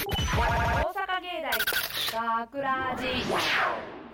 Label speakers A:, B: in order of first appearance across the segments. A: 大阪芸大学ラジ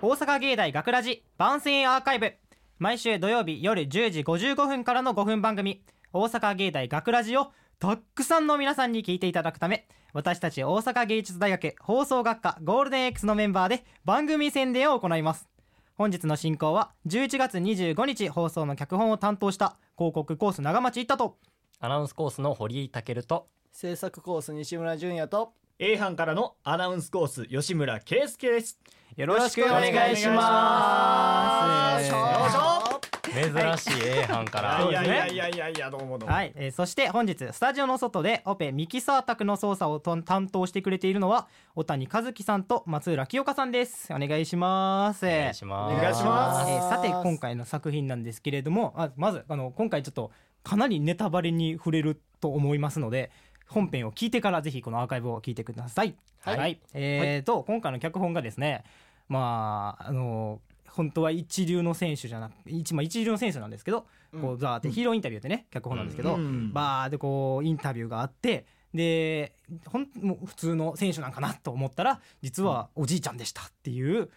B: 大阪芸大学ラジ番宣アーカイブ毎週土曜日夜10時55分からの5分番組「大阪芸大学ラジをたっくさんの皆さんに聞いていただくため私たち大阪芸術大学放送学科ゴールデン X のメンバーで番組宣伝を行います本日の進行は11月25日放送の脚本を担当した広告コース長町一太と
C: アナウンスコースの堀井健と
D: 制作コース西村淳也と
E: A 班からのアナウンスコース吉村圭介です
B: よろしくお願いしま
D: よい
B: す
D: しょ
C: 珍しい A 班か
E: い
C: ら
E: やいやいやいやいやどうもどうも、
B: はい、えーそして本日スタジオの外でオペミキサー宅の操作をと担当してくれているのは小谷和樹さんと松浦清香さんですお願いします
C: お願いします
E: お願いします
B: えーさて今回の作品なんですけれどもあまずあの今回ちょっとかなりネタバレに触れると思いますので本編を聞いてからぜひこのアーカイブを聞いてください。
C: はい
B: えーと、今回の脚本がですねまああの本当は一流の選手じゃなく一,、まあ、一流の選手なんですけど、こうザーってヒーローインタビューってね、脚本なんですけど、
E: うん
B: バーでこうインタビューがあってでほんもう普通の選手なんかなと思ったら実はおじいちゃんでしたっていう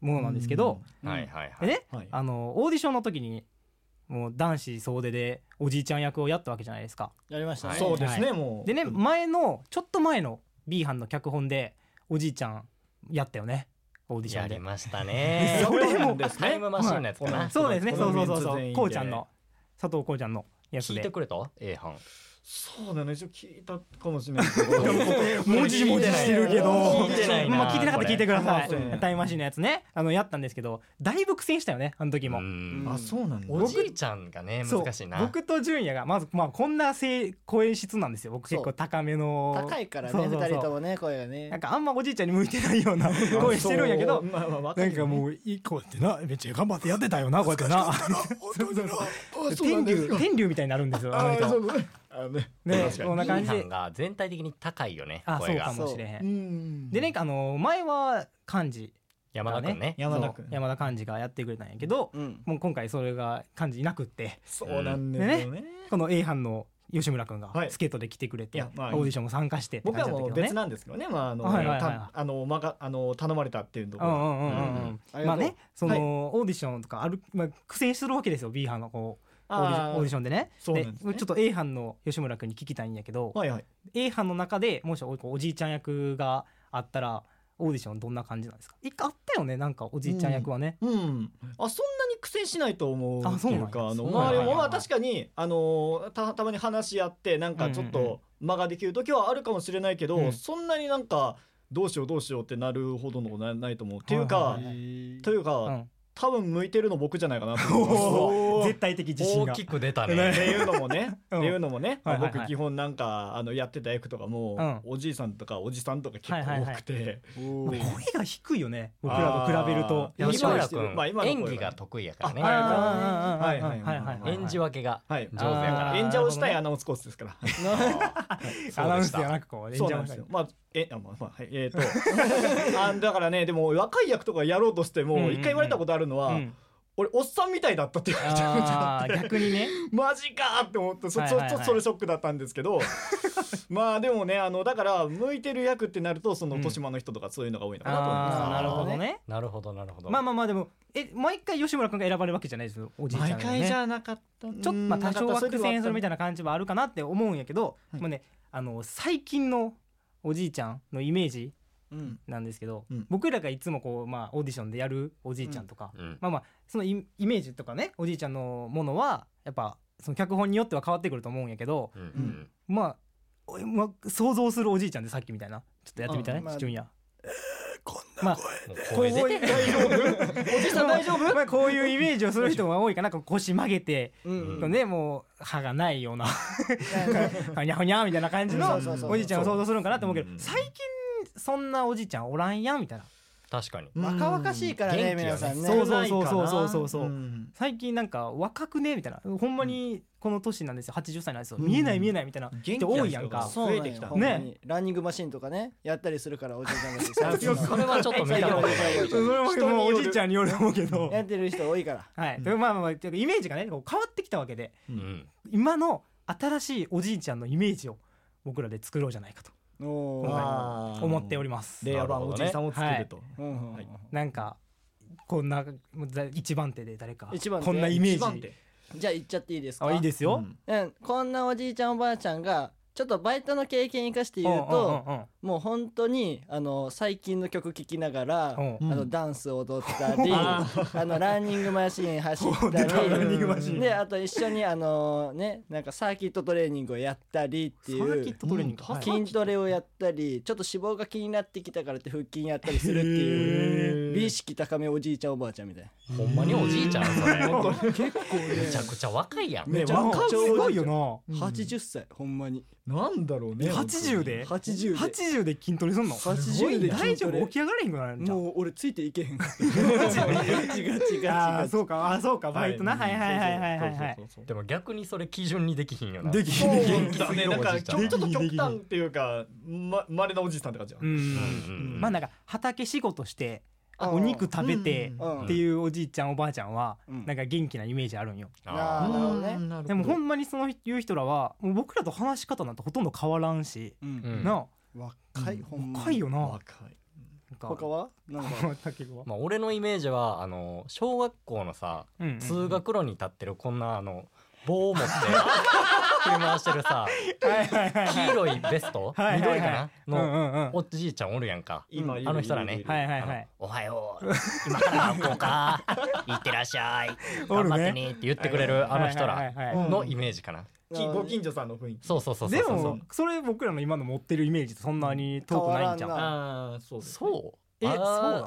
B: ものなんですけど、
C: はいはい
B: で
C: はい
B: ね、
E: はい
B: あのオーディションの時にもう男子総出でおじいちゃん役をやったわけじゃないですか
D: やりましたね、
C: はい
E: そうですね、もう
B: でね前のちょっと前の B 班の脚本でおじいちゃんやったよねオーディショ
C: や
B: ンで
C: りましたね
B: それも
E: そうなんです
C: タイ
E: ね
C: ムマシンのやつか
E: は
C: ない
B: そうですね
E: こ
B: そ
E: の
B: うそうそう
E: メ
B: そう
E: ンツ全員で
B: こうちゃんの佐藤こうちゃんのやつ
C: 聞いて
B: で
C: くれた A 班
E: そうだねちょっと聞いたかもしれないです けど
B: もじもじしてるけど
C: 聞いてないな
B: まあ、聞いてなかったら聞いてくださ
E: これ
B: いタイムマシンのやつねあのやったんですけどだいぶ苦戦したよねあの時も。
C: うん
E: あそうなんだ
C: おじいちゃんがね
B: そう
C: 難しいな
B: 僕と純也がまず、まあ、こんな声声質なんですよ僕結構高めの
D: 高いからね
B: そうそうそう
D: 二人ともね声がね
B: なんかあんまおじいちゃんに向いてないような 声してるんやけ
E: そう
B: ど。
E: まあまあわ
B: な
E: る
B: んかもういいこうやってなめっちゃ頑張ってやってたよなこうやってなそうそうそう
E: そうな
B: 天
E: んです
B: 竜
E: か
B: 天竜みたいになるんですよあ
E: あ
B: の
E: ーそう
B: 人
E: そうあのね
B: ね
E: 確かに
B: こんな感じ
C: B
B: で
C: 班が全体的に高いよね
B: あそ
C: 声
B: うか
C: が
B: もしれへ
E: うんん
B: でねあの前は漢字
C: 山田君ね
E: 山田
B: そ
E: 君
B: う山田漢字がやってくれたんやけど
D: うん
B: もう今回それが漢字いなくって
E: そうなんですよね
B: この A 班の吉村くんが
E: はい
B: 助っ人で来てくれて
E: い
B: オ
E: や
B: ー
E: まあ
B: ディションも参加してって
E: 僕
B: 感
E: は
B: じだった
E: も
B: け
E: う
B: どね
E: 別なんですけどねまああの
B: はいはいはいはい
E: たあのまかあの頼まれたっていうとこ
B: うんう
E: ろ
B: んうんうん
C: う
D: ありがとう
B: まあねその、オーディションとかある、まあ、苦戦するわけですよ B 班のこうオーディション
E: あー
B: オーディションでね
E: そうなんですね
B: ちょっと A 班の吉村君に聞きたいんやけど、
E: はいはい
B: A 班の中でもしおおじいちゃん役があったらオーディションどんな感じなんですか一回あったよねなんかおじいちゃん役はね、
E: うん、あそんなに苦戦しないと思う
B: あ
E: って
B: そう
E: い
B: なんや
E: うかあの
C: そうなんや
E: 周りもまあ確かにあのたたまに話し合ってなんかちょっ
B: うんうんうん
E: と間ができる時はあるかもしれないけど、
B: うん
E: そんなになんかどうしようどうしようってなるほどのことなないと思う。っていうか、
B: はいはい
E: というか、
B: うん
E: 多分向いてるの僕じゃないかなと
B: お
E: 思
B: ー
E: う。
B: 絶対的自信
C: 大
B: が
C: きく出た
E: っ
C: ね
E: ていうのも ね、
B: うん
E: っていうのもね、
B: はいはいはい
E: 僕基本なんかあのやってた役とかも、おじいさんとかおじさんとか結構多くて、
D: お
B: 声
D: ー
B: が低いよね僕らと比べると
E: あー
C: 吉村君
E: まあ今の声
C: 演
E: は
C: 技が得意やからね
E: ああ
B: あー
E: はいはい
B: はいはいはい
C: 演じ分けが
E: はい、
C: 上手やから
B: あー
E: 演者をしたいアナウンスコースですから。
C: そ
B: ア
C: う
B: ナウ
C: で
B: ン
C: し
B: スでは
C: た
B: なくこう演
E: そう
B: 者
E: なん
B: を
E: で
B: し
E: す
B: た
E: よ。まあ、え、あ、まあ、まあ、はい、えっ、と。あ、だからね、でも、若い役とかやろうとして
B: うんうん
E: も、
B: うん
E: 一回言われたことあるのは、
B: うん
E: 俺、おっさんみたいだったって言われちゃ
B: あ
E: う
B: ー逆にね
E: マジかーって思って、そ、
B: はい
E: ち
B: はい
E: ょ
B: はい
E: ちょっとそれショックだったんですけど。まあ、でもね、あの、だから、向いてる役ってなると、その、
B: うん
E: 豊島の人とか、そういうのが多いのかなと思います。
B: あーなるほど
D: な
B: ね
C: なるほどなるほど
B: まあまあまあでもえ毎回吉村君が選ばれるわけじゃないですよおじいちゃんがね
E: 毎回じゃなかった。ちょ
B: ちょっとまあ多少は苦戦するみた
E: い
B: いな感じはあるかなって思うんやけど、
E: はい
B: もうねあの最近のおじいちゃんのイメージ
D: うん
B: なんですけど、
E: うん
B: 僕らがいつもこう、まあ、オーディションでやるおじいちゃんとか、
C: うん
B: まあまあそのイイメージとかねおじいちゃんのものはやっぱその脚本によっては変わってくると思うんやけど
C: うんうん
B: まあおまあ、想像するおじいちゃんでさっきみたいなちょっとやってみたね、
D: うんまあ
B: シチュンや。
C: もう声出てる
B: おじいさん大丈夫、まあ、こういうイメージをする人が多いかなこう腰曲げて、
D: うん
B: ねもう歯がないような
D: だよね
B: ふにゃふにゃみたいな感じ
D: そ
B: の
D: うそうそう
B: おじいちゃんを想像するんかなと思うけど
E: うん
B: 最近そんなおじいちゃんおらんやんみたいな
C: 確かに
D: 若々しいからね
C: 元気よね
D: 皆さんね
B: そうそうそうそうそうそうそう
E: うん
B: 最近なんか若くねみたいなほんまにこの年なんですよ80歳なんですよ
E: うん
B: 見えない見えないみたいな
E: 元気
B: 人多いやんか
E: な人が増えてきた
D: そうなんよほんまにランニングマシンとかねやったりするからおじいちゃんが
E: あそう
C: それはちょっと見たことない
B: それは
E: 人に
B: もう
E: よる
B: おじいちゃんによると思うけど
D: やってる人多いから
B: はい
E: うん
B: でまあまあまあというかイメージがねこう変わってきたわけで
C: うん
B: 今の新しいおじいちゃんのイメージを僕らで作ろうじゃないかと
D: おー
B: 今回の
E: あ
D: あー
B: 思っております
E: レイヤー版おじいさんを作ると。
D: うんうんうん
E: はい
B: なんかこんなもうざ一番手で誰か
D: 一番手
B: こんなイメ
E: 一番
B: ージ
E: 手
D: じゃあ行っちゃっていいですか
B: あいいです
E: よ
B: よ、
D: うん、こんなおじいちゃんおばあちゃんがちょっとバイトの経験生かして言うと、
B: んうん
D: もう本当にあの最近の曲聴きながら、
B: うん
D: あのダンス踊ったり
E: あ
D: あ のランニングマシーン走った
B: 出
D: り
B: たランニングマシーン
D: であと一緒にあのねなんかサーキットトレーニングをやったりってい
B: サー
D: う
B: キットトレーニング、はい
D: 筋トレをやったりちょっと脂肪が気になってきたからって腹筋やったりするっていう美意識高めおじいちゃんおばあちゃんみたいな
C: ほんまにおじいちゃんそれ
E: 本当に
D: 結構
C: めちゃくちゃ若いやん
E: ね
B: ね
E: ちゃ
B: 若い
E: ちゃ
B: すごいよ
E: うん
D: 80歳ほんまに
E: なんだろうね。
B: な80で
D: 80で
B: 80で筋トレすんの
D: 80で
B: 大
D: 筋
B: 丈
D: トレ
B: 夫起き上がれへんくなるんじゃん
D: もう俺ついていけへんかったガチガチ
B: あ
D: ガ
B: あ
D: チガチ
B: そうかあそうかバイトな、
E: は
B: はいい、はいはいはいはいはい
C: でも逆にそれ基準にできひんよな
B: できひんできひん
E: 元気だね。なんかちょ
C: 元
E: ち
C: 気
E: ょっと極端っていうか、ま稀なおじいさんって感じだ
B: うん、
C: うん
B: まあなんか畑仕事して
D: あー
B: お肉食べて
D: う
B: っ
D: ん
B: ていうおじいちゃんおばあちゃんは
D: うん
B: なんか元気なイメージあるんよ
D: なあ
C: あ
D: なるほどね
B: でもほんまにそのいう人らはもう僕らと話し方なんてほとんど変わらんし、
D: う
C: ーうんん
B: な
D: 若いほんま
B: 若いよな
E: 若い。
B: なんか
D: 他はなんか
B: 竹子は
C: まあ俺のイメージはあの小学校のさ
B: うんうん
C: 通学路に立ってるこんなあの棒を持って振り回してるさ
B: はいはいはい
C: 黄色いベスト
B: はいはい
C: 緑
B: はい
C: かな
B: うん
C: の
B: うんうん
C: おじいちゃんおるやんか
E: 今
C: あの人だね
E: いるいるいる
B: はいはいはい
C: あのおはよう今から学校か行ってらっしゃい
B: お
C: 頑
B: るね
C: 張ってねって言ってくれるあの人
B: はいはい
C: ら
B: はいはい
E: うん
C: のイメージかな
E: きご近所さんの雰囲気。
C: そうそうそうそう
B: で
C: そう
B: もそれ僕らの今の持ってるイメージとそんなに遠くないんじゃ
D: 変わらん
B: ん
D: な
E: ああ、そうですね。
C: そう
B: え
C: あ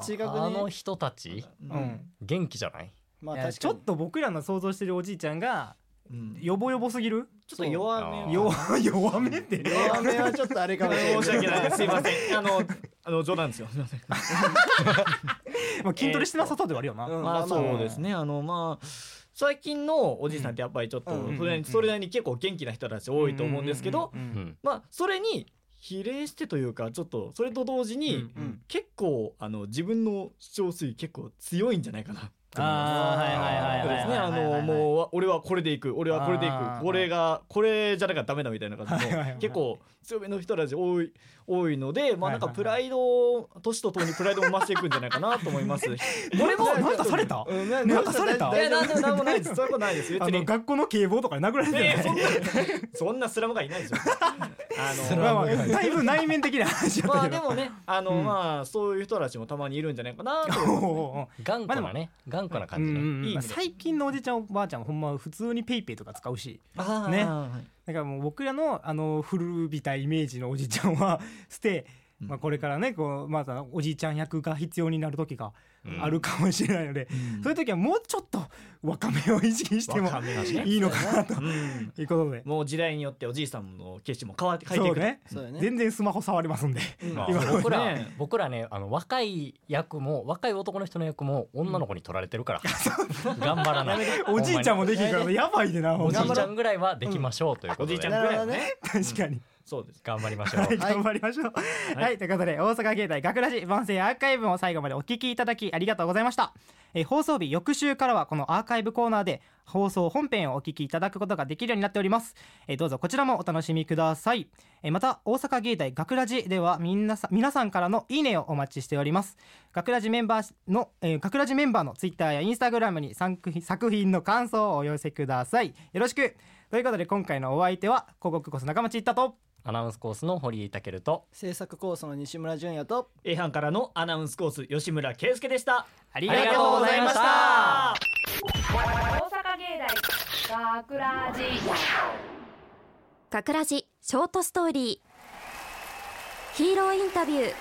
C: ー
D: そう違くね
C: あの人たち
B: う
E: うん
B: ん
C: 元気じゃない
D: まあ
B: い
D: 確か
B: や
D: に
B: ちょっと僕らの想像してるおじいちゃんが
E: うん
B: よぼよぼすぎる
E: ちょっと弱
C: あー
E: め。
B: 弱 弱め って
D: 弱めはちょっとあれかもしれない
E: 申し訳ない。すいません。あの、あの冗談ですよ。すいません。
B: まあ筋トレしてなさそうではあるよな、
D: うん
E: ま
D: ま
E: あ
D: あ
E: そうですねあのまあ最近のおじいさんってやっぱりちょっと
D: うん
E: それなりにそれなりに結構元気な人たち多いと思うんですけど
B: うんう
C: うんん
E: まあそれに比例してというかちょっとそれと同時
B: うんうん
E: に
B: うんうん
E: 結構あの自分の主張水結構強いんじゃないかな
B: あ
E: そう
B: ーはい
E: で
B: は
E: すね
B: いは
E: あ
B: いはいはい
E: のもうわ俺はこれでいく俺はこれでい
B: あー
E: くこれがこれじゃなきゃダメだみたいな感じ
B: はいはいは
E: の
B: い
E: 結構強めの人たち多い多いのでまあなんか
B: はいはいはい
E: プライド年とともにプライドも増していくんじゃないかなと思います。
B: 俺もなんかされた
D: うんな
B: なんかされた
E: いやなんでもなんもないですそういうことないです別
B: あの
E: に
B: 学校の警棒とかで殴られて
E: いやいや
B: た
E: そん
B: よ
E: なそんなスラムがいないですよ。あ
C: ス
B: ま
C: ラ
B: あ
E: の
B: ま
C: ム
B: あだいぶ内面的な話だっ
E: ま
B: た
E: あ
B: け
E: で
B: ど
E: もねあの、
B: うん
E: まあそういう人たちもたまにいるんじゃないかなと
B: おうおうおう
C: 頑固なね頑固な感じ
B: うんう
C: ね
B: んうん
E: いいね
B: まあ最近のおじいちゃんおばあちゃんほんま普通にペイペイとか使うし
E: あー
B: ね
E: はい
B: だからもう僕らのあの古びたイメージのおじいちゃんは 捨て、
E: うん
B: まあ、これからねこうまたおじいちゃん役が必要になる時が
C: うん
B: あるかもしれないので、
E: ん
B: そういう時はもうちょっと若めを意識しても
E: 若めだしね
B: いいのかなと
E: うん
B: いうことで。
E: もう時代によっておじいさんの景色も変わって変えて
B: そ
E: いうくと
B: ね
D: そうだね
B: 全然スマホ触れますんで、
C: まあ
B: 今
C: 僕 ら
E: ね
C: 僕らねあの若い役も若い男の人の役も女の子に取られてるから 頑張らない
B: おじいちゃん
C: も
B: もできるからやばいでなほ
C: お
B: ん
C: じ
B: ま
C: いちゃんぐらいはできましょうということ
E: おじいちゃ
C: で
E: んぐらいは
D: なる
E: ね
B: 確かに、
E: そうです
C: 頑張りましょう
B: はい、頑張りましょう。はい、ということで、大阪芸大学ラジ番宣アーカイブも最後までお聞きいただきありがとうございました。えー放送日翌週からはこのアーカイブコーナーで放送本編をお聞きいただくことができるようになっております。えーどうぞこちらもお楽しみください。えーまた、大阪芸大学ラジではみんなさ皆さんからのいいねをお待ちしております。学ラジメンバーの、えー、学ラジメンバーのツイッターやインスタグラムに作品作品の感想をお寄せください。よろしくということで今回のお相手は広告こそ仲間ちいったと
C: アナウンスコースの堀井健と
D: 制作コースの西村淳也と
E: A 班からのアナウンスコース吉村圭介でした
B: あり
C: がとうございました
A: 大阪芸大学ラジ
F: かくらじショートストーリーヒーローインタビュー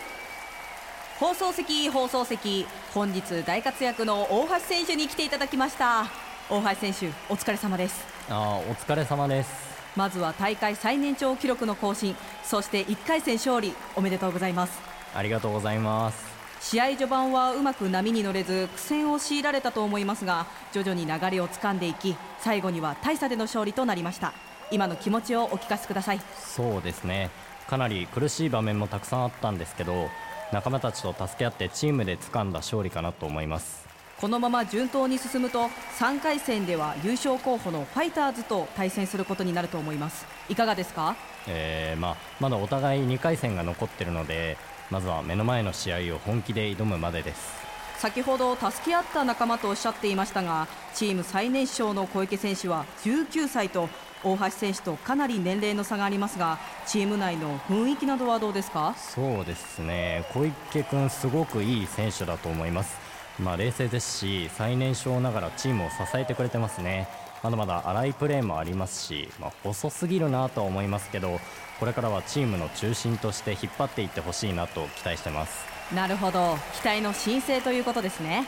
G: 放送席放送席本日大活躍の大橋選手に来ていただきました大橋選手お疲れ様です
C: あお疲れ様です
G: まずは大会最年長記録の更新そして1回戦勝利おめでとうございます
C: ありがとうございます
G: 試合序盤はうまく波に乗れず苦戦を強いられたと思いますが徐々に流れをつかんでいき最後には大差での勝利となりました今の気持ちをお聞かせください
C: そうですねかなり苦しい場面もたくさんあったんですけど仲間たちと助け合ってチームで掴んだ勝利かなと思います
G: このまま順当に進むと3回戦では優勝候補のファイターズと対戦することになると思いますいかがですか
C: えーまあ、まだお互い2回戦が残ってるのでまずは目の前の試合を本気で挑むまでです
G: 先ほど助け合った仲間とおっしゃっていましたがチーム最年少の小池選手は19歳と大橋選手とかなり年齢の差がありますがチーム内の雰囲気などはどうですか
C: そうですね小池君すごくいい選手だと思います、まあ、冷静ですし最年少ながらチームを支えてくれてますねまだまだ荒いプレーもありますし、まあ、遅すぎるなとは思いますけどこれからはチームの中心として引っ張っていってほしいなと期待してます
G: なるほど期待の新星ということですね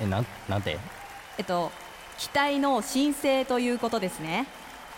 C: えなんなんて
G: えっと期待の新星ということですね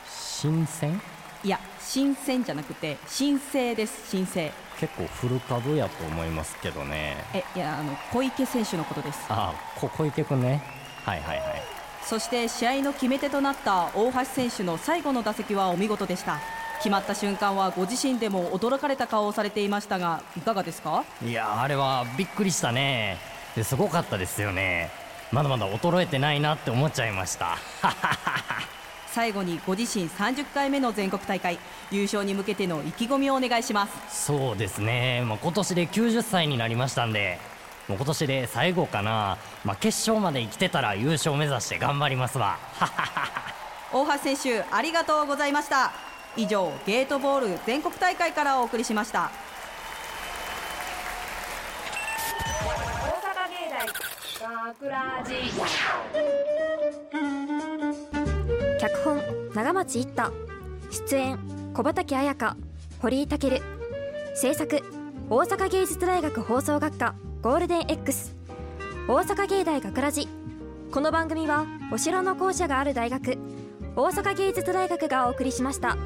C: 新鮮
G: いや新鮮じゃなくて新星です新星え
C: 結構古株やと思いますけどね
G: いやあの小池選手のことです
C: ああ小池君ねはいはいはい
G: そして試合の決め手となった大橋選手の最後の打席はお見事でした決まった瞬間はご自身でも驚かれた顔をされていましたがいかがですか
C: いやーあれはびっくりしたねですごかったですよねまだまだ衰えてないなって思っちゃいました
G: 最後にご自身30回目の全国大会優勝に向けての意気込みをお願いします
C: そうですね、まあ、今年で90歳になりましたんでもう今年で最後かな、まあ、決勝まで生きてたら優勝目指して頑張りますわ
G: 大橋選手ありがとうございました以上ゲートボール全国大会からお送りしました
A: 大阪芸大学ラジ
F: 脚本長町一太出演小畑彩香堀井健制作大阪芸術大学放送学科ゴールデン X 大阪芸大学ラジこの番組はお城の校舎がある大学大阪芸術大学がお送りしました。